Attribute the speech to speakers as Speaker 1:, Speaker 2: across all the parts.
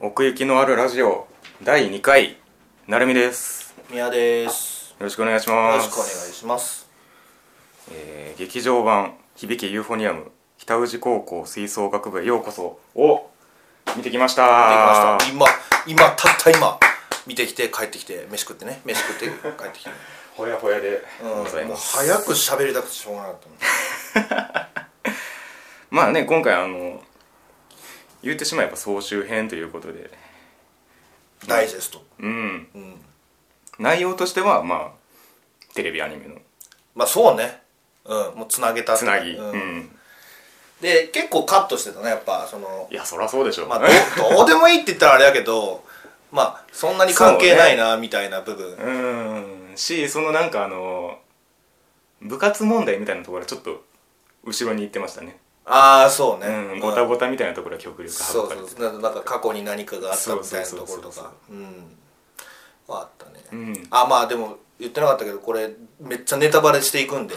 Speaker 1: 奥行きのあるラジオ第2回なるみです
Speaker 2: 宮です
Speaker 1: よろしくお願いし
Speaker 2: よ
Speaker 1: ま
Speaker 2: ろ
Speaker 1: す
Speaker 2: しくお願いします
Speaker 1: えー劇場版「響きユーフォニアム北宇治高校吹奏楽部へようこそ」を見てきました
Speaker 2: できました今今たった今見てきて帰ってきて飯食ってね飯食って 帰ってきて、
Speaker 1: ほやほやでござ
Speaker 2: う
Speaker 1: い
Speaker 2: ん、もう
Speaker 1: ます、
Speaker 2: 早く喋りたくてしょうがなかったもん
Speaker 1: まあね今回あの言ってしまえば総集編ということで
Speaker 2: ダイジェスト、
Speaker 1: うん
Speaker 2: うん、
Speaker 1: 内容としてはまあテレビアニメの
Speaker 2: まあそうねうんもうつなげた
Speaker 1: つなぎ、
Speaker 2: うん
Speaker 1: うん、
Speaker 2: で結構カットしてたねやっぱその
Speaker 1: いやそらそうでしょう、
Speaker 2: まあどうどうでもいいって言ったらあれやけどまあそんなに関係ないなみたいな部分、
Speaker 1: うーんしそのなんかあの部活問題みたいなところはちょっと後ろに行ってましたね
Speaker 2: ああそうね、
Speaker 1: うんごたごたみたいなところは極力
Speaker 2: そ
Speaker 1: 省
Speaker 2: う
Speaker 1: かれて
Speaker 2: そうなんかなんか過去に何かがあったみたいなとこ
Speaker 1: そうそう
Speaker 2: ろ
Speaker 1: そう
Speaker 2: と
Speaker 1: そう
Speaker 2: かうんはあったね、
Speaker 1: うん
Speaker 2: あまあでも言ってなかったけどこれめっちゃネタバレしてい くんで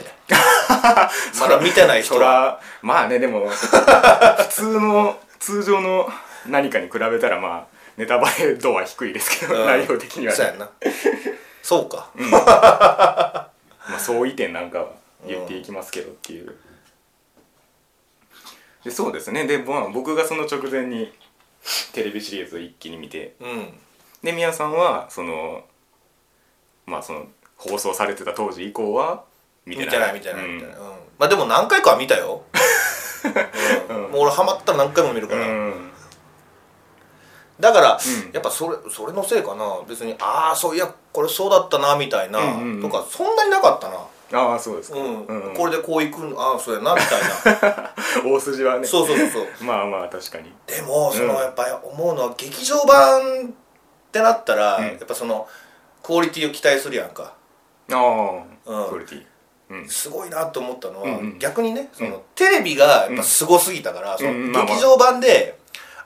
Speaker 2: まだ見てない人
Speaker 1: そ
Speaker 2: は
Speaker 1: らまあねでも 普通の通常の何かに比べたらまあネタバレ度は低いですけど、
Speaker 2: うん
Speaker 1: 内容的には、
Speaker 2: そう
Speaker 1: ね
Speaker 2: やんなそうか、
Speaker 1: まあ、そう意見なんかは言っていきますけどっていう、でそうですねで、まあ、僕がその直前にテレビシリーズを一気に見て
Speaker 2: うん
Speaker 1: で宮さんはそのまあその放送されてた当時以降は見
Speaker 2: 見
Speaker 1: て
Speaker 2: て
Speaker 1: ない
Speaker 2: ない見てない
Speaker 1: うん
Speaker 2: 見てない、うんまあでも何回かは見た よ、うんもう俺ハマったら何回も見るから、
Speaker 1: うん
Speaker 2: だから、
Speaker 1: うん
Speaker 2: やっぱそれそれのせいかな別にああそういやこれそうだったなみたいな、
Speaker 1: うんうんうん
Speaker 2: とかそんなになかったな
Speaker 1: ああそうですか、
Speaker 2: うん、
Speaker 1: うん
Speaker 2: これでこういくんああそうやなみたいな
Speaker 1: 大筋はね
Speaker 2: そうそうそうそう
Speaker 1: まあまあ確かに
Speaker 2: でもその、
Speaker 1: うん
Speaker 2: やっぱり思うのは劇場版ってなったら、
Speaker 1: うん
Speaker 2: やっぱそのクオリティを期待するやんか
Speaker 1: ああ、
Speaker 2: うん
Speaker 1: クオリティうん
Speaker 2: すごいなと思ったの
Speaker 1: う
Speaker 2: は、
Speaker 1: んうん
Speaker 2: 逆にねその、
Speaker 1: うん
Speaker 2: テレビがやっぱすごすぎたから、その
Speaker 1: うんまあまあ
Speaker 2: 劇場版で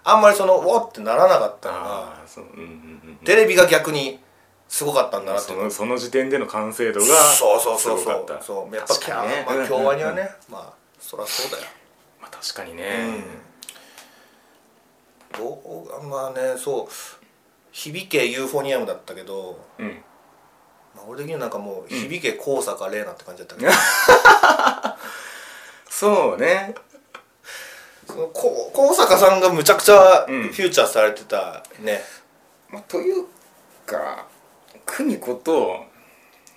Speaker 2: あんまりそのおっってならなかったのが
Speaker 1: ああそううんうんうん
Speaker 2: テレビが逆にすごかったんだなって
Speaker 1: そ
Speaker 2: 思う
Speaker 1: のその時点での完成度が
Speaker 2: そうそうそう
Speaker 1: すごかった
Speaker 2: そうそうやっぱ
Speaker 1: 確かにね
Speaker 2: まあ、京アニは
Speaker 1: うんうんうん
Speaker 2: ね、まあそりゃそうだよ
Speaker 1: まあ確かにね、
Speaker 2: どうまあねそう響けユーフォニアムだったけど
Speaker 1: うん
Speaker 2: まあ、俺的にはなんかもう響け高坂玲奈って感じだったけど、
Speaker 1: そうね
Speaker 2: そのこ高坂さんがむちゃくちゃフ
Speaker 1: うん
Speaker 2: ューチャーされてたね、
Speaker 1: まあ、というか久美子と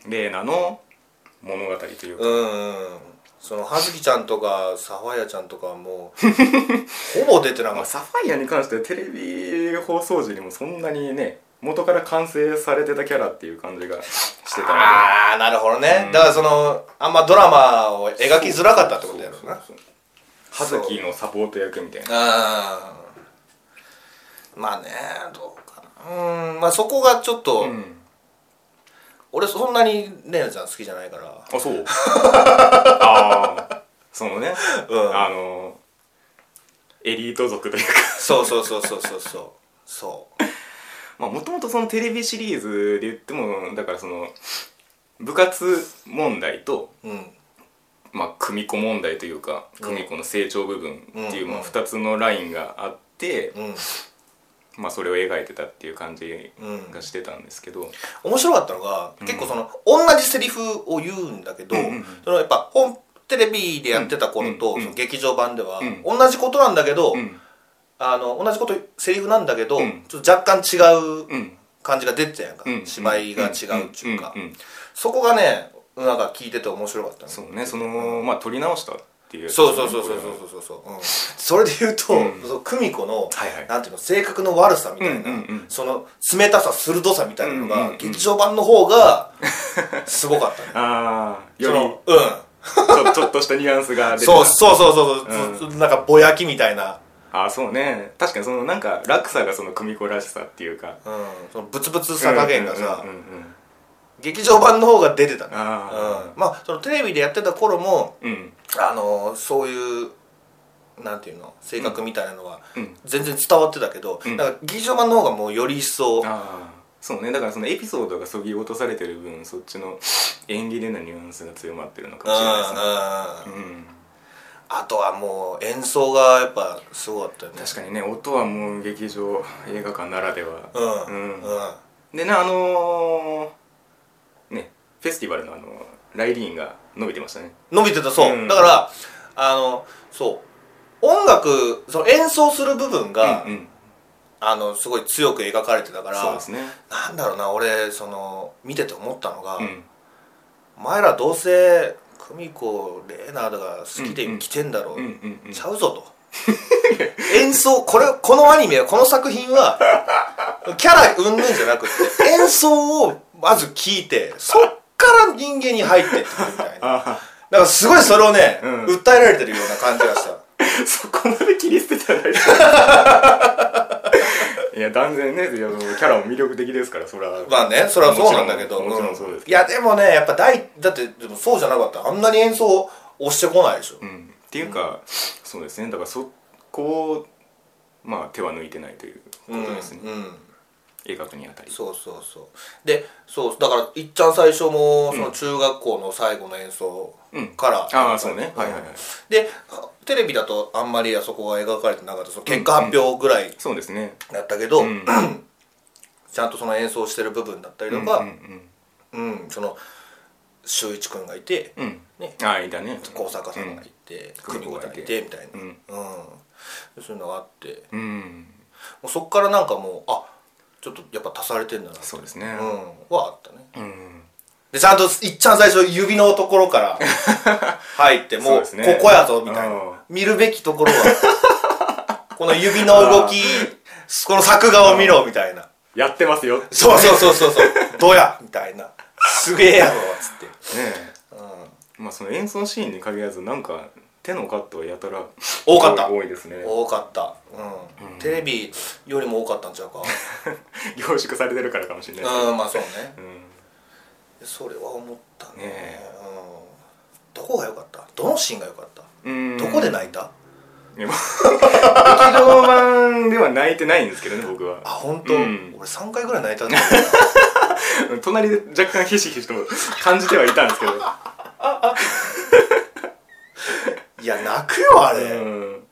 Speaker 1: 玲奈の物語という
Speaker 2: う
Speaker 1: か、
Speaker 2: ん、んその葉月ちゃんとかサファイアちゃんとかはもう ほぼ出てな
Speaker 1: ま
Speaker 2: か
Speaker 1: あ、
Speaker 2: った
Speaker 1: サファイアに関してはテレビ放送時にもそんなにね元から完成されてたキャラっていう感じがしてた
Speaker 2: ああなるほどね、
Speaker 1: うん
Speaker 2: だからそのあんまドラマを描きづらかったってことやろうな
Speaker 1: ので葉月のサポート役みたいな
Speaker 2: あーまあねどうかなうんまあそこがちょっと、
Speaker 1: うん
Speaker 2: 俺そんなに玲奈ちゃん好きじゃないから
Speaker 1: あ そうああそのね、
Speaker 2: うん
Speaker 1: あのエリート族というか
Speaker 2: そうそうそうそうそうそうそう
Speaker 1: まあもともとそのテレビシリーズで言ってもだからその部活問題と
Speaker 2: うん
Speaker 1: まあ、組子問題というか組子の成長部分っていう、
Speaker 2: うん
Speaker 1: まあ、2つのラインがあって、
Speaker 2: うん
Speaker 1: まあ、それを描いてたっていう感じ
Speaker 2: うん
Speaker 1: がしてたんですけど、
Speaker 2: 面白かったのが、結構その同じセリフを言うんだけど、
Speaker 1: うんうんうん
Speaker 2: そのやっぱ本テレビでやってた頃と、
Speaker 1: うんうんうん
Speaker 2: その劇場版では、
Speaker 1: うん
Speaker 2: 同じことなんだけど、
Speaker 1: うん
Speaker 2: あの同じことセリフなんだけど、
Speaker 1: うん
Speaker 2: ちょっと若干違う
Speaker 1: うん
Speaker 2: 感じが出てたやんか、
Speaker 1: うん、
Speaker 2: 芝居が違うっていうか、
Speaker 1: んんんん
Speaker 2: そこがねなんか聞いてて面白かったね
Speaker 1: そうねそのまあ撮り直したっていうやつですね、
Speaker 2: そうそう
Speaker 1: こ
Speaker 2: そうそう
Speaker 1: れは
Speaker 2: そうそうそう、うん、それで言うと、
Speaker 1: うん
Speaker 2: その久美子の、
Speaker 1: はいはい
Speaker 2: なんていうの性格の悪さみたいな、
Speaker 1: うんうんうん
Speaker 2: その冷たさ鋭さみたいなのが、
Speaker 1: うんうんうん
Speaker 2: 劇場版の方がすごかっ たね
Speaker 1: ああ
Speaker 2: そ
Speaker 1: よ
Speaker 2: のうん
Speaker 1: りちょちょ っとしたニュアンスが出てた
Speaker 2: そうそうそうそうそう、なんかぼやきみたいな、
Speaker 1: ああそうね確かにそのなんか落差がその組子らしさっていうか
Speaker 2: うん、そのブツブツさ加減がさ、
Speaker 1: うんうんうんうん
Speaker 2: 劇場版の方が出てたね
Speaker 1: あ
Speaker 2: うん、まあそのテレビでやってた頃も
Speaker 1: うん
Speaker 2: あのーそういうなんていうの性格みたいなのは、
Speaker 1: うん
Speaker 2: 全然伝わってたけど、
Speaker 1: うん
Speaker 2: なんか劇場版の方がもうより一層
Speaker 1: ああそうねだからそのエピソードがそぎ落とされてる分そっちの演技でのニュアンスが強まってるのかもしれないですね
Speaker 2: う
Speaker 1: うん
Speaker 2: うん
Speaker 1: ん
Speaker 2: あとはもう演奏がやっぱすごかったよね
Speaker 1: 確かにね音はもう劇場映画館ならでは、
Speaker 2: う
Speaker 1: うん
Speaker 2: んうん、
Speaker 1: でなあのーねフェスティバルのあのライリーンが伸びてましたね
Speaker 2: 伸びてたそ
Speaker 1: う
Speaker 2: う、
Speaker 1: ん
Speaker 2: だからあのそう音楽その演奏する部分が、
Speaker 1: うんうん
Speaker 2: あのすごい強く描かれてたから
Speaker 1: そうですね
Speaker 2: なんだろうな俺その見てて思ったのが、
Speaker 1: うん
Speaker 2: お前らどうせ久美子玲奈とか好きで来てんだろう、
Speaker 1: うんうんうん
Speaker 2: ちゃうぞと演奏これこのアニメこの作品はキャラ云々じゃなくて演奏をまず聞いてそっから人間に入ってってくるみたいな
Speaker 1: あ
Speaker 2: なんかすごいそれをね、
Speaker 1: うん
Speaker 2: 訴えられてるような感じがした
Speaker 1: あそこまで切り捨てたらいい いや断然ねいやもうキャラも魅力的ですからそれは
Speaker 2: まあねそれはそうなんだけど
Speaker 1: もちろんもちろんそうです
Speaker 2: いやでもねやっぱ大だってでもそうじゃなかったらあんなに演奏を押してこないでしょ、
Speaker 1: うん、っていうか、そうですねだからそこをまあ手は抜いてないということですね、
Speaker 2: うん
Speaker 1: 映画描くにあたり
Speaker 2: そうそうそうでそうだからいっちゃん最初もその中学校の最後の演奏から、
Speaker 1: ああそうねはいはいはい
Speaker 2: でテレビだとあんまりあそこは描かれてなかったその結果発表ぐらい
Speaker 1: そうですね
Speaker 2: だったけど、
Speaker 1: ん
Speaker 2: ちゃんとその演奏してる部分だったり
Speaker 1: う
Speaker 2: と
Speaker 1: ん
Speaker 2: か、
Speaker 1: う
Speaker 2: うん
Speaker 1: ん
Speaker 2: その周一君がいて、
Speaker 1: うんうん
Speaker 2: ね
Speaker 1: ああいたね
Speaker 2: 高坂さんがいて、
Speaker 1: うん
Speaker 2: 久美子がいてみたいな、
Speaker 1: う
Speaker 2: うん
Speaker 1: ん
Speaker 2: そういうのがあって
Speaker 1: うん
Speaker 2: もうそっからなんかもうあちょっとやっぱ足されてんだなって
Speaker 1: そうですね
Speaker 2: うん、はあったね
Speaker 1: うん
Speaker 2: でちゃんといっちゃん最初指のところから 入って
Speaker 1: そう
Speaker 2: もう
Speaker 1: ですね
Speaker 2: ここやぞみたい
Speaker 1: うん
Speaker 2: な見るべきところは この指の動きこの作画を見ろみたいな
Speaker 1: やってますよね
Speaker 2: そうそうそうそうそうどうやみたいなすげえやろつって
Speaker 1: えまあその演奏シーンに限らずなんか手のカットはやたら
Speaker 2: 多かった
Speaker 1: 多いですね
Speaker 2: 多かった、うんテレビよりも多かったんちゃうか
Speaker 1: 凝縮されてるからかもしれないですけど
Speaker 2: うんまあそうね
Speaker 1: うん
Speaker 2: それは思ったね
Speaker 1: ねえ
Speaker 2: うん、どこが良かったどのシーンが良かった
Speaker 1: うん
Speaker 2: どこで泣いた、
Speaker 1: いやもう 劇場版では泣いてないんですけどね僕は
Speaker 2: あ本当、
Speaker 1: うん
Speaker 2: 俺3回ぐらい泣いたんだよ
Speaker 1: 隣で若干ひしひしと感じてはいたんですけど
Speaker 2: いや泣くよあれ、
Speaker 1: うん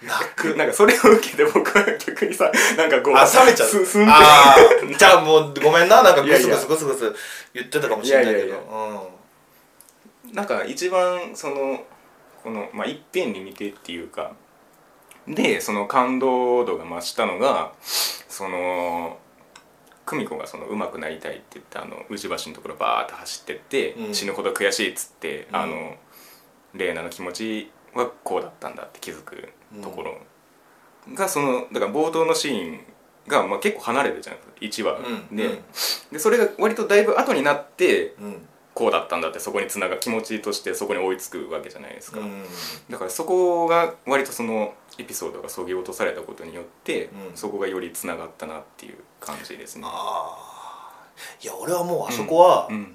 Speaker 2: 泣く
Speaker 1: なんかそれを受けて僕は逆にさなんかこう
Speaker 2: あ冷めちゃう
Speaker 1: すすんで
Speaker 2: あーじゃあもうごめんななんか
Speaker 1: い
Speaker 2: グ
Speaker 1: やい
Speaker 2: ス
Speaker 1: や
Speaker 2: グスグスグス言ってたかもしれないけど
Speaker 1: いやいやいや
Speaker 2: うん
Speaker 1: なんか一番そのこの、まあ、いっぺんに見てっていうかでその感動度が増したのがその久美子がその上手くなりたいって言ってあの宇治橋のところバーって走ってって、
Speaker 2: うん
Speaker 1: 死ぬほど悔しいっつって、
Speaker 2: うん
Speaker 1: あの玲奈の気持ちはこうだったんだって気づくところが、そのだから冒頭のシーンが、まあ、結構離れてるじゃないですか1話、
Speaker 2: うん
Speaker 1: で,、
Speaker 2: うん
Speaker 1: でそれが割とだいぶ後になって
Speaker 2: うん
Speaker 1: こうだったんだってそこにつなが気持ちとしてそこに追いつくわけじゃないですか、
Speaker 2: うん
Speaker 1: だからそこが割とそのエピソードがそぎ落とされたことによって、
Speaker 2: うん
Speaker 1: そこがよりつながったなっていう感じですね
Speaker 2: あーいや俺はもうあそこは、
Speaker 1: うん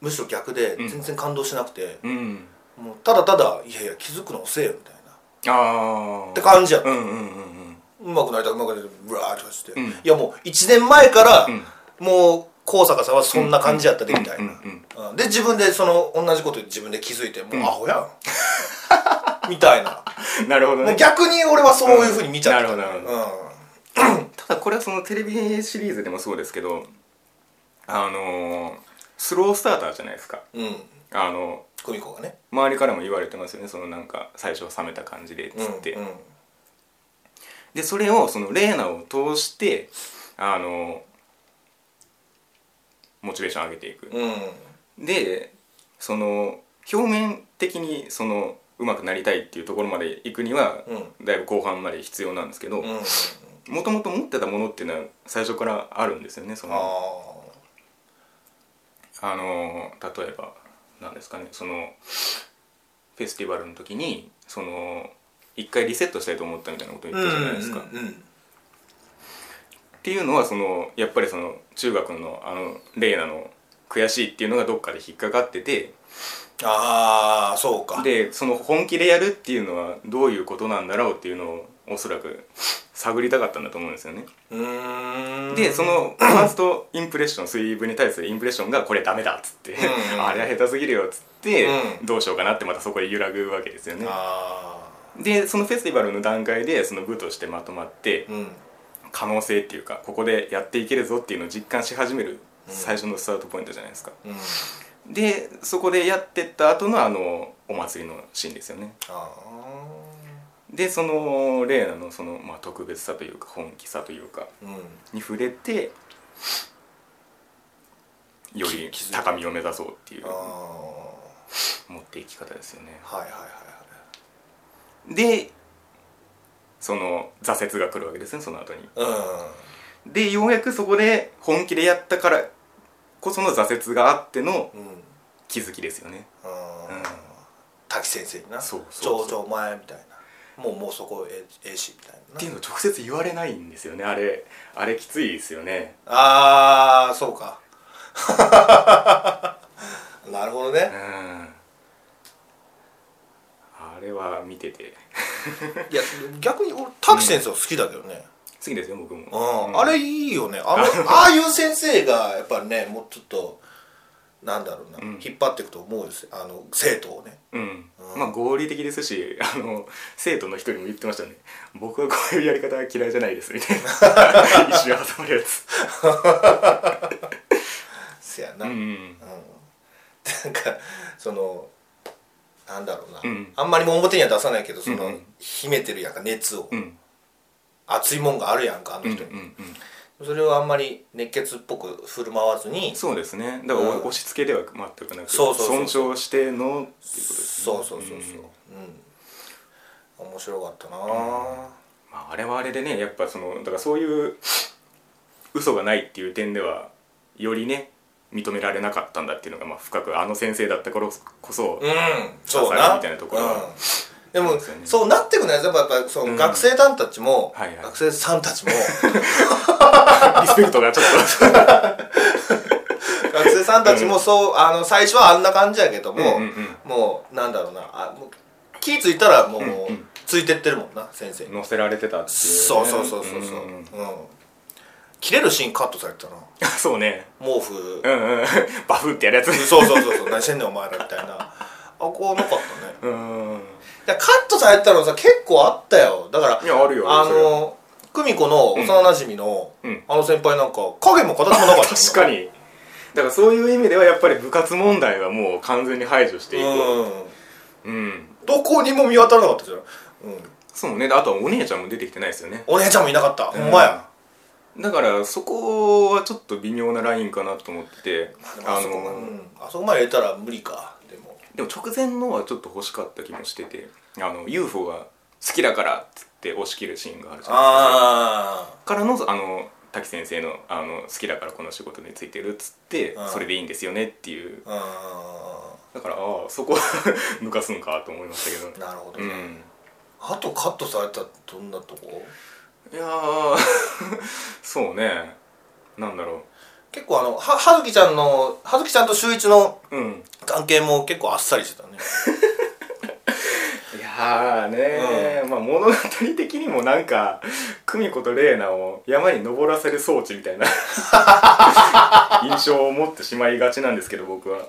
Speaker 2: むしろ逆で
Speaker 1: うん
Speaker 2: 全然感動しなくて、
Speaker 1: うん
Speaker 2: もうただただいやいや気づくの遅えよみたいな
Speaker 1: ああ
Speaker 2: って感じやった
Speaker 1: うんうんうんうん
Speaker 2: うまくなりたくなりたくブラーって走って、
Speaker 1: うん
Speaker 2: いやもう1年前から、
Speaker 1: うん
Speaker 2: もう高坂さんはそんな感じやったでみたいな、
Speaker 1: うんうん
Speaker 2: うんで自分でその同じこと自分で気づいてもうアホやん、 みた いな
Speaker 1: うんなるほど
Speaker 2: もう
Speaker 1: ね
Speaker 2: 逆に俺はそういうふうに見ちゃった、
Speaker 1: うんなるほどただこれはそのテレビシリーズでもそうですけどあのースロースターターじゃないですか
Speaker 2: うん、うん、
Speaker 1: あの
Speaker 2: 久美子がね
Speaker 1: 周りからも言われてますよねそのなんか最初冷めた感じでっつって、
Speaker 2: うんうん
Speaker 1: でそれをそのレーナを通してあのモチベーション上げていく、
Speaker 2: うん
Speaker 1: でその表面的にそのうまくなりたいっていうところまで行くには、だいぶ後半まで必要なんですけど
Speaker 2: うんうん
Speaker 1: もともと持ってたものっていうのは最初からあるんですよねそ
Speaker 2: あ
Speaker 1: のあの例えばなんですかねそのフェスティバルの時にその一回リセットしたいと思ったみたいなこと
Speaker 2: ー
Speaker 1: 言ったじゃないですか、
Speaker 2: うんうん
Speaker 1: っていうのはそのやっぱりその中学のあのレイナの悔しいっていうのがどっかで引っかかってて
Speaker 2: ああそうか
Speaker 1: でその本気でやるっていうのはどういうことなんだろうっていうのをおそらく探りたかったんだと思うんですよね。
Speaker 2: うーん
Speaker 1: でそのファーストインプレッションスイーブに対するインプレッションがこれダメだっつって
Speaker 2: んうん
Speaker 1: あれは下手すぎるよっつっって、
Speaker 2: うん
Speaker 1: どうしようかなってまたそこで揺らぐわけですよね
Speaker 2: あ
Speaker 1: でそのフェスティバルの段階でその部としてまとまって
Speaker 2: ーうん
Speaker 1: 可能性っていうかここでやっていけるぞっていうのを実感し始める
Speaker 2: うん
Speaker 1: 最初のスタートポイントじゃないですか、
Speaker 2: うん
Speaker 1: でそこでやってった後のあのお祭りのシーンですよね
Speaker 2: あ
Speaker 1: でそのレイナのその、まあ、特別さというか本気さというか
Speaker 2: ーうん
Speaker 1: に触れてより
Speaker 2: き気づいた
Speaker 1: 高みを目指そうっていう
Speaker 2: あー
Speaker 1: 持っていき方ですよね
Speaker 2: はいはいはいはい
Speaker 1: でその挫折が来るわけですねその後に
Speaker 2: うん
Speaker 1: でようやくそこで本気でやったからこその挫折があっての
Speaker 2: うん
Speaker 1: 気づきですよね
Speaker 2: うん
Speaker 1: ん
Speaker 2: 滝先生にな
Speaker 1: そうそうそう
Speaker 2: ちょうちょお前みたいなもうもうそこえええしみたいな
Speaker 1: っていうのを直接言われないんですよねあれあれきついですよね
Speaker 2: ああそ うかなるほど
Speaker 1: うん
Speaker 2: ね
Speaker 1: あれは見てて
Speaker 2: いや逆に俺滝先生は好きだけどね、
Speaker 1: 次ですよ僕も、
Speaker 2: うん
Speaker 1: うん
Speaker 2: あれいいよねあ のああいう先生がやっぱねもうちょっとなんだろうな、
Speaker 1: うん
Speaker 2: 引っ張っていくと思うんですよあの生徒をね
Speaker 1: うん
Speaker 2: うん
Speaker 1: まあ合理的ですしあの生徒の一人も言ってましたね僕はこういうやり方は嫌いじゃないですみたい な一緒に挟まるやつ
Speaker 2: せや
Speaker 1: う
Speaker 2: な、
Speaker 1: んう
Speaker 2: うん
Speaker 1: ん
Speaker 2: なん かそのなんだろうな、
Speaker 1: うん
Speaker 2: あんまりも表には出さないけどその、
Speaker 1: うんうん
Speaker 2: 秘めてるやんか熱を、
Speaker 1: うん
Speaker 2: 熱いもんがあるやんかあの
Speaker 1: うんうん
Speaker 2: 人に、
Speaker 1: うん
Speaker 2: それをあんまり熱血っぽく振る舞わずに
Speaker 1: そうですねだから
Speaker 2: うん
Speaker 1: 押し付けでは全くなく
Speaker 2: そうそうそう
Speaker 1: 尊重してのっていうことですね
Speaker 2: そうそうそうそううん、面白かったなぁ
Speaker 1: まあ、あれはあれでねやっぱそのだからそういう嘘がないっていう点ではよりね認められなかったんだっていうのがまあ深くあの先生だった頃こそ、
Speaker 2: うん、そうな
Speaker 1: 支えるみたいなところは
Speaker 2: うん、で
Speaker 1: そう
Speaker 2: も
Speaker 1: ですよね
Speaker 2: そうなってくないやっぱやっぱその
Speaker 1: うん
Speaker 2: 学生さんたちも、
Speaker 1: はいはい
Speaker 2: 学生さんたちも
Speaker 1: リスペクトがちょっと
Speaker 2: 学生さんたちもそうあの最初はあんな感じやけども、
Speaker 1: うんうんうん
Speaker 2: もうなんだろうなあもう気ぃついたらもう、
Speaker 1: うんうん
Speaker 2: ついてってるもんな先生に
Speaker 1: 乗せられてたっていうね、
Speaker 2: そうそうそうそうそう、うん
Speaker 1: ん
Speaker 2: 切れるシーンカットされてたな
Speaker 1: そうね
Speaker 2: 毛布
Speaker 1: うんうん バフってやるやつ
Speaker 2: そうそうそうそう何してんねんお前らみたいなあこうなかったね
Speaker 1: うん
Speaker 2: いやカットされてたのさ結構あったよだから
Speaker 1: いやあるよ
Speaker 2: あ
Speaker 1: それは
Speaker 2: の久美子の幼なじみの、
Speaker 1: うん
Speaker 2: あの先輩なんか影も形もなかった
Speaker 1: 確かにだからそういう意味ではやっぱり部活問題はもう完全に排除していこ
Speaker 2: うん
Speaker 1: ううん
Speaker 2: どこにも見当たらなかったじゃん、うん、
Speaker 1: そうねあとはお姉ちゃんも出てきてないですよね
Speaker 2: お姉ちゃんもいなかった、
Speaker 1: うん
Speaker 2: ほんまや
Speaker 1: だからそこはちょっと微妙なラインかなと思ってて
Speaker 2: あ
Speaker 1: あ
Speaker 2: そこまで、う
Speaker 1: の
Speaker 2: ん、あそこまで入れたら無理かでも
Speaker 1: でも直前のはちょっと欲しかった気もしててあの UFO が好きだからっつって押し切るシーンがあるじゃないで
Speaker 2: あ
Speaker 1: すかからのあの滝先生のあの「好きだからこの仕事についてる」っつって
Speaker 2: うん
Speaker 1: それでいいんですよねっていう
Speaker 2: あう
Speaker 1: だからああそこ抜かすんかと思いましたけ
Speaker 2: ん
Speaker 1: ど
Speaker 2: なるほど
Speaker 1: う
Speaker 2: ね、
Speaker 1: ん
Speaker 2: あとカットされたらどんなとこ
Speaker 1: いやー そうねなんだろ
Speaker 2: 結構あのは葉月ちゃんの葉月ちゃんと秀一の
Speaker 1: ううん
Speaker 2: 関係も結構あっさりしてたね
Speaker 1: いやーねー、まあ物語的にもなんか久美子と玲奈を山に登らせる装置みたい な印象を持ってしまいがちなんですけど僕は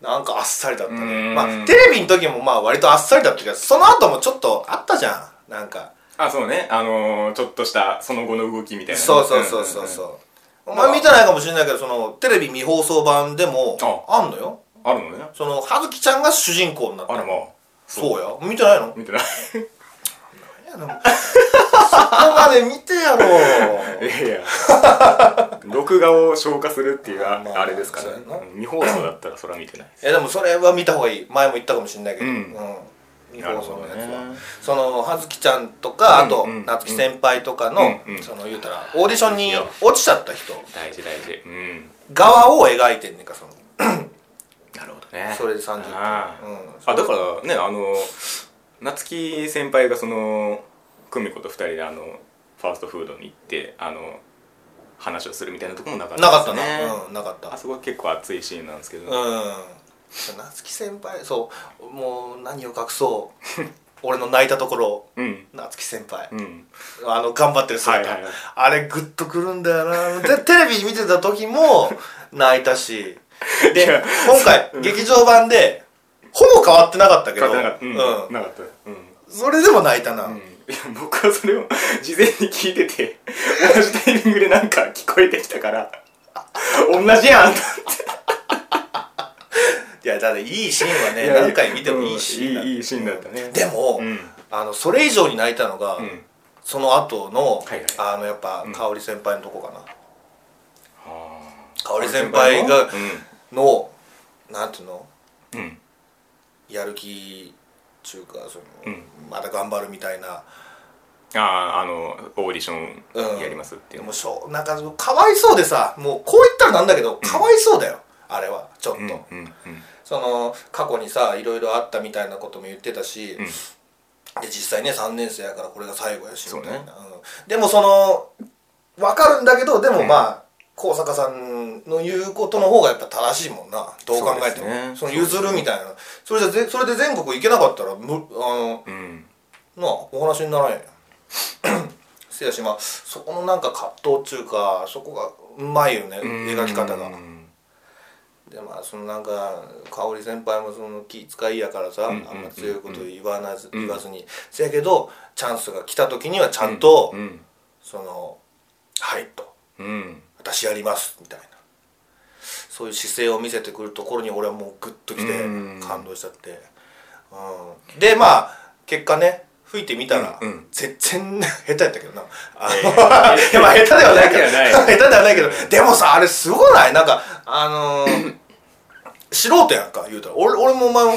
Speaker 2: なんかあっさりだった
Speaker 1: う
Speaker 2: ね
Speaker 1: ん
Speaker 2: まあテレビの時もまあ割とあっさりだったけどその後もちょっとあったじゃんなんか
Speaker 1: あそうねあのー、ちょっとしたその後の動きみたいな
Speaker 2: そうそうそうそう
Speaker 1: う
Speaker 2: そうお前見てないかもしれないけどそのテレビ未放送版でもあんのよ
Speaker 1: んうんうんあるのね
Speaker 2: その葉月ちゃんが主人公になっ
Speaker 1: あ
Speaker 2: た
Speaker 1: らまあ
Speaker 2: そうや見てないの
Speaker 1: 見てない
Speaker 2: いやでもそこまで見てや ろ
Speaker 1: いやいや 録画を消化するっていうあ,、
Speaker 2: まあまあ
Speaker 1: あれですから、
Speaker 2: そうやな
Speaker 1: うん未放送だったらそれは見てないです
Speaker 2: えでもそれは見た方がいい前も言ったかもしれないけど、
Speaker 1: うん
Speaker 2: 未放送のや
Speaker 1: な
Speaker 2: つ
Speaker 1: るほ
Speaker 2: は、
Speaker 1: どね
Speaker 2: その葉月ちゃんとかあと、
Speaker 1: うんうん
Speaker 2: 夏樹先輩とかの、
Speaker 1: うんうん
Speaker 2: その言うたらオーディション
Speaker 1: いい
Speaker 2: に
Speaker 1: よ
Speaker 2: 落ちちゃった人
Speaker 1: 大事大事うん
Speaker 2: 側を描いてんねんかその
Speaker 1: なるほどね
Speaker 2: それで30分
Speaker 1: あー
Speaker 2: うん
Speaker 1: あだからねあの夏希先輩がその久美子と二人であのファーストフードに行ってあの話をするみたいなとこもなかった
Speaker 2: なかった
Speaker 1: ですね
Speaker 2: な、うんなかった
Speaker 1: あそこは結構熱いシーンなんですけど、
Speaker 2: うん夏樹先輩そうもう何を隠そう 俺の泣いたところ
Speaker 1: うん
Speaker 2: 夏樹先輩
Speaker 1: う、ん
Speaker 2: あの頑張ってる姿、
Speaker 1: はいはいはい
Speaker 2: あれグッとくるんだよなでテレビ見てた時も泣いたしで
Speaker 1: いや
Speaker 2: 今回劇場版でほぼ変わってなかったけど
Speaker 1: 買ってなかったうん
Speaker 2: うん
Speaker 1: なかったうん
Speaker 2: それでも泣いたな、
Speaker 1: うんいや僕はそれを 事前に聞いてて同じタイミングでなんか聞こえてきたから同じやんと
Speaker 2: いやだっていいシーンはね
Speaker 1: いや
Speaker 2: 何回見てもいいシーンだ、
Speaker 1: うんいいいいシーンだったね
Speaker 2: でも、
Speaker 1: うん
Speaker 2: あのそれ以上に泣いたのが、
Speaker 1: うん
Speaker 2: その後の、
Speaker 1: はいはい
Speaker 2: あのやっぱ
Speaker 1: うん
Speaker 2: 香織先輩のとこかな、
Speaker 1: あ
Speaker 2: 香織先輩がのなんていうの
Speaker 1: うんうん
Speaker 2: やる気中かその、
Speaker 1: うん
Speaker 2: まだ頑張るみたいな
Speaker 1: あああのオーディショ
Speaker 2: うん
Speaker 1: ンやりますっていう
Speaker 2: もうしょうなんかかわいそうでさもうこう言ったらなんだけどかわいそうだよ、あれはちょっと、
Speaker 1: うんうんうん
Speaker 2: その過去にさいろいろあったみたいなことも言ってたし、
Speaker 1: ん
Speaker 2: で実際ね3年生やからこれが最後やし
Speaker 1: そう
Speaker 2: み
Speaker 1: ね
Speaker 2: たいな、うんでもその分かるんだけどでもまあ、高坂さんの言うことの方がやっぱ正しいもんなどう考えても
Speaker 1: そうですね
Speaker 2: その譲るみたいなそれじゃぜそれで全国行けなかったらむあの
Speaker 1: うん
Speaker 2: なあお話にならん やんせやしまあそこのなんか葛藤っちゅうかそこがうまいよね
Speaker 1: うん
Speaker 2: 描き方が。
Speaker 1: うん
Speaker 2: でまあそのなんか香織先輩もその気遣いやから
Speaker 1: んう
Speaker 2: さ、
Speaker 1: んうん
Speaker 2: あんま強いこと言わなず、
Speaker 1: うん
Speaker 2: 言わずにせやけどチャンスが来た時にはちゃんと、
Speaker 1: うん
Speaker 2: その「はい」と
Speaker 1: うん
Speaker 2: 「私やります」みたいなそういう姿勢を見せてくるところに俺はもうグッときて
Speaker 1: うん
Speaker 2: 感動しちゃって、うんでまあ結果ね吹いてみたら、
Speaker 1: うんうん
Speaker 2: 全然下手やったけどなあの、
Speaker 1: いやいやいや
Speaker 2: まあ下手では ないけ
Speaker 1: 下
Speaker 2: ど
Speaker 1: 手ではない
Speaker 2: 下手ではないけどでもさあれすごないなんかあの ー素人やんか言うたら俺俺も お前も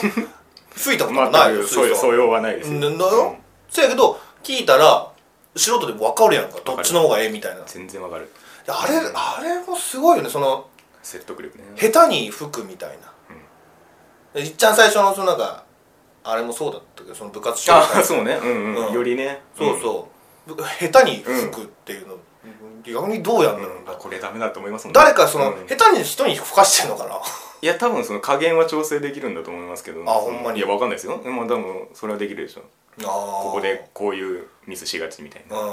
Speaker 2: 吹いたこと
Speaker 1: ま
Speaker 2: な
Speaker 1: あ
Speaker 2: いよ
Speaker 1: そういう
Speaker 2: 水槽
Speaker 1: 素養はないです
Speaker 2: ななよ、そやけど聞いたら素人でも分かるやんかどっちの方がええみたいな
Speaker 1: 全然わかる
Speaker 2: であれあれもすごいよねその
Speaker 1: 説得力ね
Speaker 2: 下手に吹くみたいな、でいっちゃん最初のそのなんかあれもそうだったけどその部活紹
Speaker 1: あ
Speaker 2: 介
Speaker 1: あそうねうん
Speaker 2: う
Speaker 1: うんんよりね
Speaker 2: そう
Speaker 1: うん
Speaker 2: そう、ぶ下手に吹くっていうの、逆にどうやんだろうな、
Speaker 1: あこれダメだと思いますもんね
Speaker 2: 誰かその、
Speaker 1: うん
Speaker 2: 下手に人に吹かしてんのか な
Speaker 1: いや多分その加減は調整できるんだと思いますけど
Speaker 2: あ
Speaker 1: その
Speaker 2: ほんまに
Speaker 1: いやわかんないですよでも多分それはできるでしょ
Speaker 2: こ
Speaker 1: ここでこういうミスしがちみたい
Speaker 2: うん
Speaker 1: な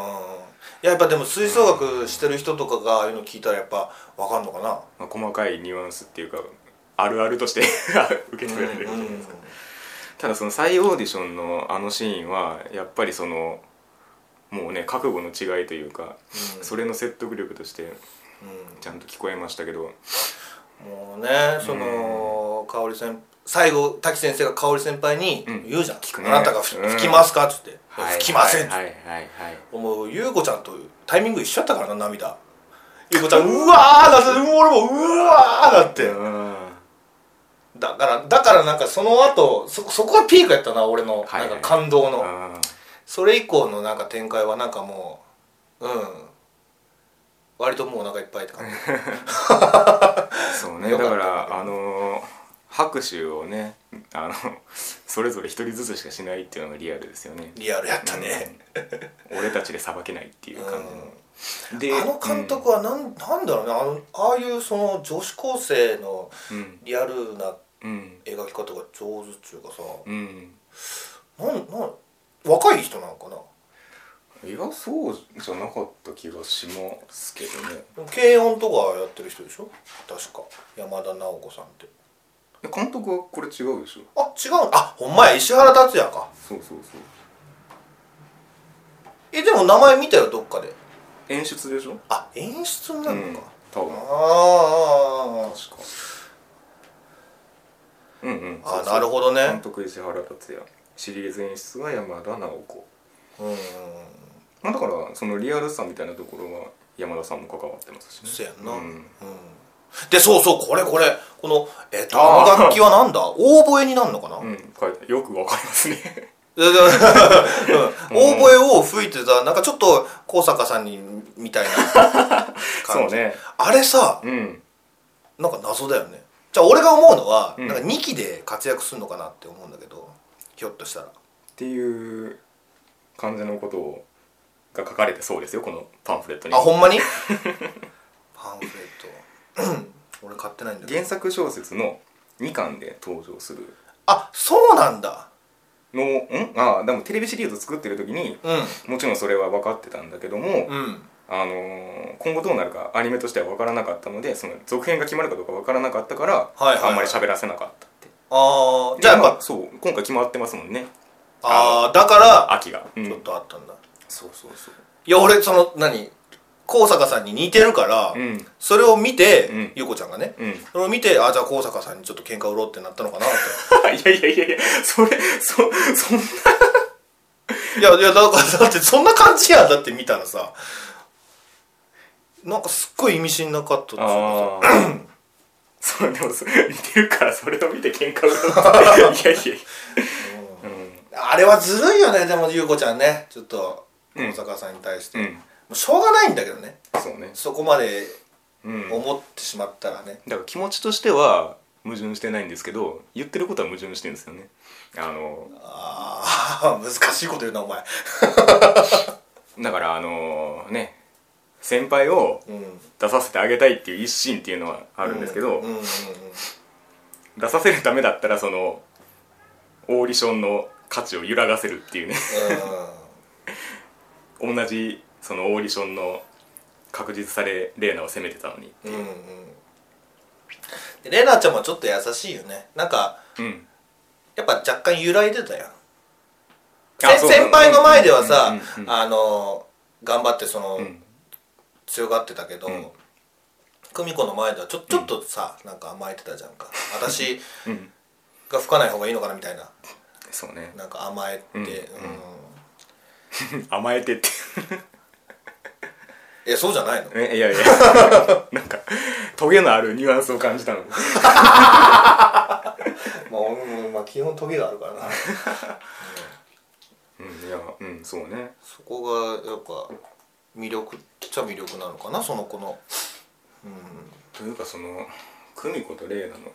Speaker 2: やっぱでも吹奏楽してる人とかがああいうの聞いたらやっぱ分かんのかな
Speaker 1: まあ細かいニュアンスっていうかあるあるとして 受け取られる
Speaker 2: うん
Speaker 1: ただその再オーディションのあのシーンはやっぱりそのもうね覚悟の違いというか
Speaker 2: うん
Speaker 1: それの説得力として
Speaker 2: うん
Speaker 1: ちゃんと聞こえましたけど
Speaker 2: もうねその香織先最後滝先生が香織先輩に
Speaker 1: うん
Speaker 2: 言うじゃん、
Speaker 1: くね
Speaker 2: あなたがふ
Speaker 1: うん
Speaker 2: 吹きますか?」っつって「吹きません」っつって、
Speaker 1: はいはいはいはい
Speaker 2: もう優子ちゃんとタイミング一緒やったからな涙優子ちゃんうわーだってもう俺もうわーだって
Speaker 1: うん
Speaker 2: だからだからなんかその後そそこがピークやったな俺の
Speaker 1: はい
Speaker 2: な
Speaker 1: は
Speaker 2: ん
Speaker 1: い
Speaker 2: か感動の、
Speaker 1: あ
Speaker 2: それ以降のなんか展開はなんかもううん割ともうお腹いっぱいって感じ
Speaker 1: ーそうね
Speaker 2: よか
Speaker 1: だか
Speaker 2: ったんだけど
Speaker 1: らあのー拍手をねあのそれぞれ一人ずつしかしないっていうのがリアルですよね
Speaker 2: リアルやったね、
Speaker 1: うん俺たちでさばけないっていう感じので
Speaker 2: あの監督はなん,、なんだろうねあのああいうその女子高生の
Speaker 1: うん
Speaker 2: リアルな
Speaker 1: うん
Speaker 2: 描き方が上手っていうかさ、
Speaker 1: うん
Speaker 2: なんなん若い人なのかない
Speaker 1: やそうじゃなかった気がしますけどね
Speaker 2: でも軽音とかやってる人でしょ確か山田直子さんって
Speaker 1: え監督はこれ違うでしょ
Speaker 2: あ違うあほんまや石原達也か
Speaker 1: そうそうそう
Speaker 2: えでも名前見たよどっかで
Speaker 1: 演出でしょ
Speaker 2: あ演出になるのか、
Speaker 1: 多分
Speaker 2: あああ
Speaker 1: 確かうんうん
Speaker 2: ああなるほどね
Speaker 1: 監督石原達也シリーズ演出が山田直子
Speaker 2: あうん
Speaker 1: まあだからそのリアルさみたいなところは山田さんも関わってますしね
Speaker 2: そうやんな、
Speaker 1: ん
Speaker 2: うんでそうそうこれこれこのえっ、と
Speaker 1: あ
Speaker 2: あ
Speaker 1: ー
Speaker 2: の楽器はなんだオーボエになるのか な、
Speaker 1: うん書いてよくわかり ますね
Speaker 2: ででうんオーボエを吹いてたなんかちょっと高坂さんにみたいな
Speaker 1: そ
Speaker 2: 感
Speaker 1: う
Speaker 2: じ、
Speaker 1: ね
Speaker 2: あれさ
Speaker 1: うん
Speaker 2: なんか謎だよねじゃあ俺が思うのは、
Speaker 1: うん
Speaker 2: なんか2期で活躍するのかなって思うんだけどひょっとしたら
Speaker 1: っていう感じのことをが書かれてそうですよこのパンフレットに
Speaker 2: あほ んまにパンフレット俺買ってないんだけ
Speaker 1: 原
Speaker 2: ど
Speaker 1: 作小説の2巻で登場する
Speaker 2: あそうなんだ
Speaker 1: のんあでもテレビシリーズ作ってる時に
Speaker 2: うん
Speaker 1: もちろんそれは分かってたんだけども、
Speaker 2: うん
Speaker 1: ああのー今後どうなるかアニメとしては分からなかったのでその続編が決まるかどうか分からなかったから、
Speaker 2: はいはいはい
Speaker 1: あんまり喋らせなかったって
Speaker 2: ああじゃあやっ
Speaker 1: でま
Speaker 2: ぱ
Speaker 1: あそう今回決まってますもんね
Speaker 2: ああだから
Speaker 1: 秋が、うん
Speaker 2: ちょっとあったんだ
Speaker 1: そうそうそう
Speaker 2: いや俺その何高坂さんに似てるから、
Speaker 1: うん
Speaker 2: それを見て、
Speaker 1: うん
Speaker 2: ゆうこちゃんがね、
Speaker 1: うん
Speaker 2: それを見てあじゃあ高坂さんにちょっと喧嘩売ろうってな ったのかなっ
Speaker 1: いやいやいやいや、それ、そ、そんな、
Speaker 2: ていやいやだからだってそんな感じやんだって見たらさなんかすっごい意味深なカットっていうか
Speaker 1: ああ。そう、でも、そ 似てるから、それを見て喧嘩を売 ろうっていやいやいや。
Speaker 2: さあれはずるいよねでもゆうこちゃんねちょっと
Speaker 1: うん
Speaker 2: 高坂さんに対して、
Speaker 1: うん。う
Speaker 2: も
Speaker 1: ん。
Speaker 2: うしょうがないんだけどね
Speaker 1: そうね。
Speaker 2: そこまで
Speaker 1: うん。だか
Speaker 2: 思ってしまったらね、
Speaker 1: ら気持ちとしては、矛盾してないんですけど、言ってることは矛盾してるんですよね。あの、
Speaker 2: ああ 難しいこと言うなお前
Speaker 1: だから、あの、ね、先輩を
Speaker 2: うん
Speaker 1: 出させてあげたいっていう一心っていうのはあ
Speaker 2: あ
Speaker 1: るんですけど、
Speaker 2: うんうんうんうん、
Speaker 1: 出させるためだったら、その、オーディションの価値を揺らがせるっていうね。 同じそのオーディションの確実されレーナを攻めてたのに
Speaker 2: うんうんでレナちゃんもちょっと優しいよねなんか
Speaker 1: うん
Speaker 2: やっぱ若干揺らいでたやん
Speaker 1: あ
Speaker 2: せ
Speaker 1: そう
Speaker 2: 先輩の前ではさ
Speaker 1: うんうんうん
Speaker 2: あの頑張ってその、
Speaker 1: うん
Speaker 2: 強がってたけど、
Speaker 1: ん
Speaker 2: 久美子の前ではちょちょっとさ、なんか甘えてたじゃんか私
Speaker 1: うん
Speaker 2: が吹かない方がいいのかなみたいな
Speaker 1: そうね
Speaker 2: なんか甘えて、
Speaker 1: うん
Speaker 2: う
Speaker 1: う
Speaker 2: ん
Speaker 1: ん甘えてって
Speaker 2: えそうじゃないの
Speaker 1: えいやいや なんかトゲのあるニュアンスを感じたの
Speaker 2: まあ俺も、まあ、基本トゲがあるからな
Speaker 1: うんいやうんそうね
Speaker 2: そこがやっぱ魅力っちゃ魅力なのかなその子のう
Speaker 1: というかその久美子とレーナの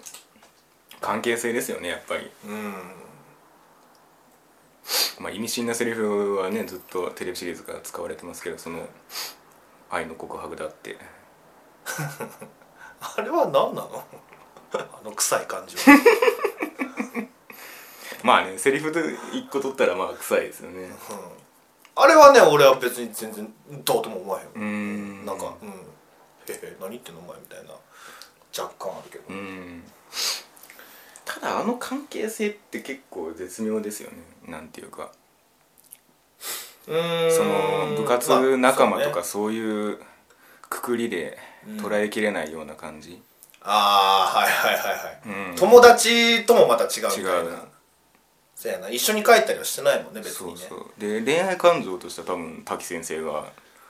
Speaker 1: 関係性ですよねやっぱり、
Speaker 2: んうん
Speaker 1: まあ、意味深なセリフはねずっとテレビシリーズから使われてますけどその愛の告白だって
Speaker 2: あれは何なの あの臭い感じは
Speaker 1: まあねセリフで一個取ったらまあ臭いですよね
Speaker 2: あれはね俺は別に全然どうとも思わへん
Speaker 1: うーん
Speaker 2: なんか、うん、へへ何言ってんのお前みたいな若干あるけど、
Speaker 1: うんただあの関係性って結構絶妙ですよねなんていうかその部活仲間とかそういうくくりで捉えきれないような感じ、
Speaker 2: ああーはいはいはいはい、
Speaker 1: うん
Speaker 2: 友達ともまた違うみたい
Speaker 1: 違う
Speaker 2: なそうやな一緒に帰ったりはしてないもんね別に
Speaker 1: そ
Speaker 2: ね
Speaker 1: うそうで恋愛感情としては多分滝先生が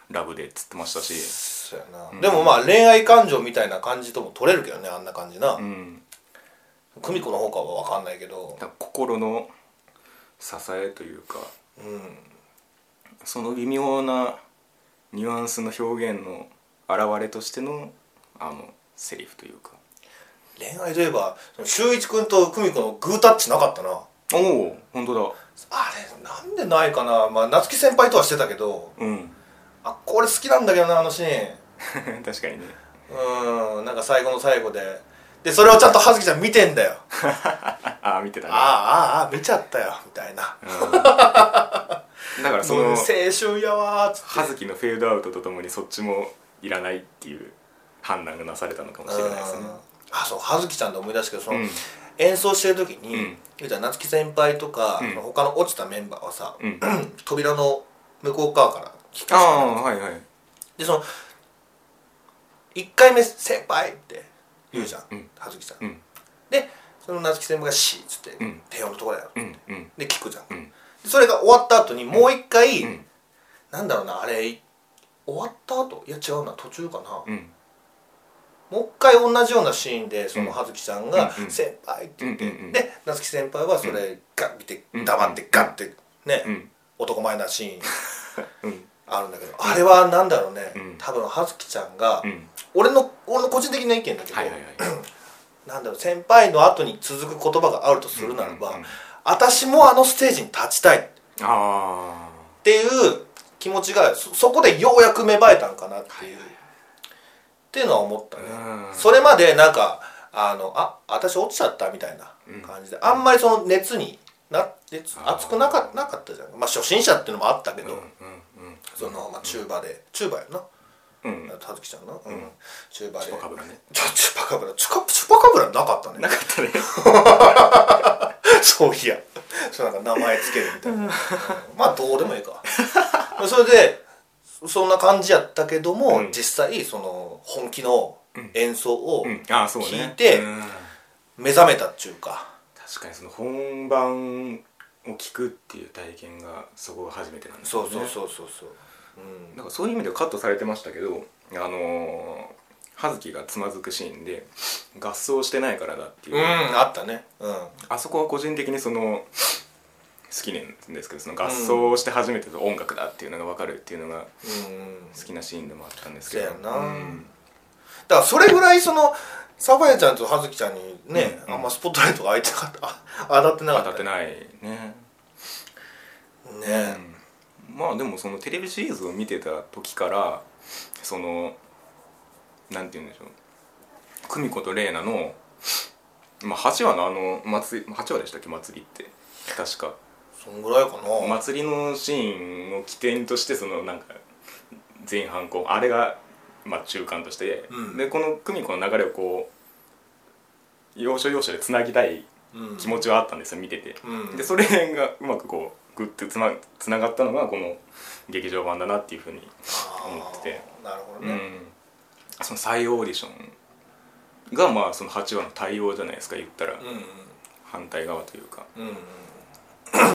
Speaker 1: ラブでっつってましたし
Speaker 2: そうやな、でもまあ恋愛感情みたいな感じとも取れるけどねあんな感じな、
Speaker 1: うん
Speaker 2: 久美子の方かは分かんないけど
Speaker 1: だから心の支えというか
Speaker 2: うん
Speaker 1: その微妙なニュアンスの表現の表れとしてのあのセリフというか
Speaker 2: 恋愛といえばその修一君と久美子のグータッチなかったな
Speaker 1: おお本当だ
Speaker 2: あれなんでないかなまあ夏希先輩とはしてたけど
Speaker 1: うん
Speaker 2: あこれ好きなんだけどなあのシーン
Speaker 1: 確かにね
Speaker 2: うんなんか最後の最後ででそれをちゃんと葉月ちゃん見てんだよ
Speaker 1: ああ見てたね
Speaker 2: ああああ見ちゃったよみたいな
Speaker 1: うんだからそ
Speaker 2: もう青
Speaker 1: の
Speaker 2: 春やわーっつ
Speaker 1: 葉月のフェードアウトとともにそっちもいらないっていう判断がなされたのかも
Speaker 2: っ
Speaker 1: してれ
Speaker 2: う
Speaker 1: なんいですね
Speaker 2: あそう葉月ちゃんで思い出したけどその、
Speaker 1: うん
Speaker 2: 演奏してる時に、
Speaker 1: うん
Speaker 2: ゆうちゃん夏希先輩とか、
Speaker 1: うん
Speaker 2: その他の落ちたメンバーはさ、
Speaker 1: うん
Speaker 2: 扉の向こう側から聞くし
Speaker 1: あ
Speaker 2: か
Speaker 1: あ
Speaker 2: ない
Speaker 1: はいはい
Speaker 2: でその1回目「先輩」って言うじゃん、
Speaker 1: うん
Speaker 2: 葉月ちゃん、
Speaker 1: うん
Speaker 2: でその夏希先輩が「し」っつって、
Speaker 1: うん
Speaker 2: 低音のとこだよ、
Speaker 1: うんうん
Speaker 2: で聞くじゃん、
Speaker 1: うん
Speaker 2: でそれが終わった後にもう一回、
Speaker 1: うん
Speaker 2: なんだろうなあれ終わった後いや違うな途中かな、
Speaker 1: うん
Speaker 2: もう一回同じようなシーンでその
Speaker 1: うん
Speaker 2: 葉月ちゃんが
Speaker 1: うんう
Speaker 2: 「
Speaker 1: ん
Speaker 2: 先輩」って言って、
Speaker 1: うんうんうん
Speaker 2: で夏希先輩はそれガッ見て
Speaker 1: うん
Speaker 2: 黙ってガッてね、
Speaker 1: うん
Speaker 2: 男前なシーン
Speaker 1: うん
Speaker 2: あるんだけど、あれはなんだろうね、
Speaker 1: うん
Speaker 2: 多分葉月ちゃんが、
Speaker 1: うん
Speaker 2: 俺の俺の個人的な意見だけど、
Speaker 1: はいはいはい
Speaker 2: なんだろう先輩の後に続く言葉があるとするならば、
Speaker 1: うんうんうん
Speaker 2: 私もあのステージに立ちたいっ
Speaker 1: あ
Speaker 2: ていう気持ちがそそこでようやく芽生えたんかなっていう、っていうのは思ったね、
Speaker 1: あ
Speaker 2: それまでなんかあのあ私落ちちゃったみたいな感じで、あんまりその熱にな熱
Speaker 1: あー
Speaker 2: 熱くなかなかったじゃんまあ初心者っていうのもあったけど、
Speaker 1: うんうん
Speaker 2: その、まあ、チューバで、チューバやな
Speaker 1: うん
Speaker 2: たずきちゃんの、うんん、チューバで
Speaker 1: チュパカブラね
Speaker 2: ちょチューパカブラチュカチュパカブラなかったね
Speaker 1: なかったね
Speaker 2: そういやそうなんか名前つけるみたいなまあどうでもいいか それでそんな感じやったけども、
Speaker 1: うん
Speaker 2: 実際その本気の演奏を
Speaker 1: うんああそうね
Speaker 2: 聞いて
Speaker 1: うん
Speaker 2: 目覚めたっちゅうか、
Speaker 1: 確かにその本番を聞くっていう体験がそこが初めてなんですよ
Speaker 2: そ
Speaker 1: ね
Speaker 2: うそうそうそうそう、うん
Speaker 1: なんかそういう意味ではカットされてましたけどあのー葉月がつまずくシーンで合奏してないからだっていう、
Speaker 2: うん、あったねうん
Speaker 1: あそこは個人的にその好きなんですけどその合奏して初めての音楽だっていうのが分かるっていうのが
Speaker 2: うん
Speaker 1: 好きなシーンでもあったんですけど
Speaker 2: そうやな
Speaker 1: うん
Speaker 2: だからそれぐらいそのサファイちゃんと葉月ちゃんにね、
Speaker 1: うん
Speaker 2: あんまスポットライトが当いてなかったあ当たってなか
Speaker 1: 当
Speaker 2: った
Speaker 1: って
Speaker 2: い
Speaker 1: ないね、
Speaker 2: ね、
Speaker 1: うんまあでもそのテレビシリーズを見てた時からそのなんて言うんでしょう久美子と玲奈の、まあ、8話のあの祭り8話でしたっけ祭りって確か
Speaker 2: そんぐらいかな、
Speaker 1: 祭りのシーンを起点としてそのなんか前半後半あれがまあ中間として、
Speaker 2: うん
Speaker 1: でこの久美子の流れをこう要所要所でつなぎたい
Speaker 2: うん、
Speaker 1: 気持ちはあったんですよ見てて、
Speaker 2: うん
Speaker 1: でそれがうまくこうグッとつなつながったのがこの劇場版だなっていうふうに、思ってて
Speaker 2: あーなるほ
Speaker 1: う
Speaker 2: どね、
Speaker 1: ん、その再オーディションがまあその8話の対応じゃないですか言ったら、
Speaker 2: うんうん
Speaker 1: 反対側というか
Speaker 2: うんうん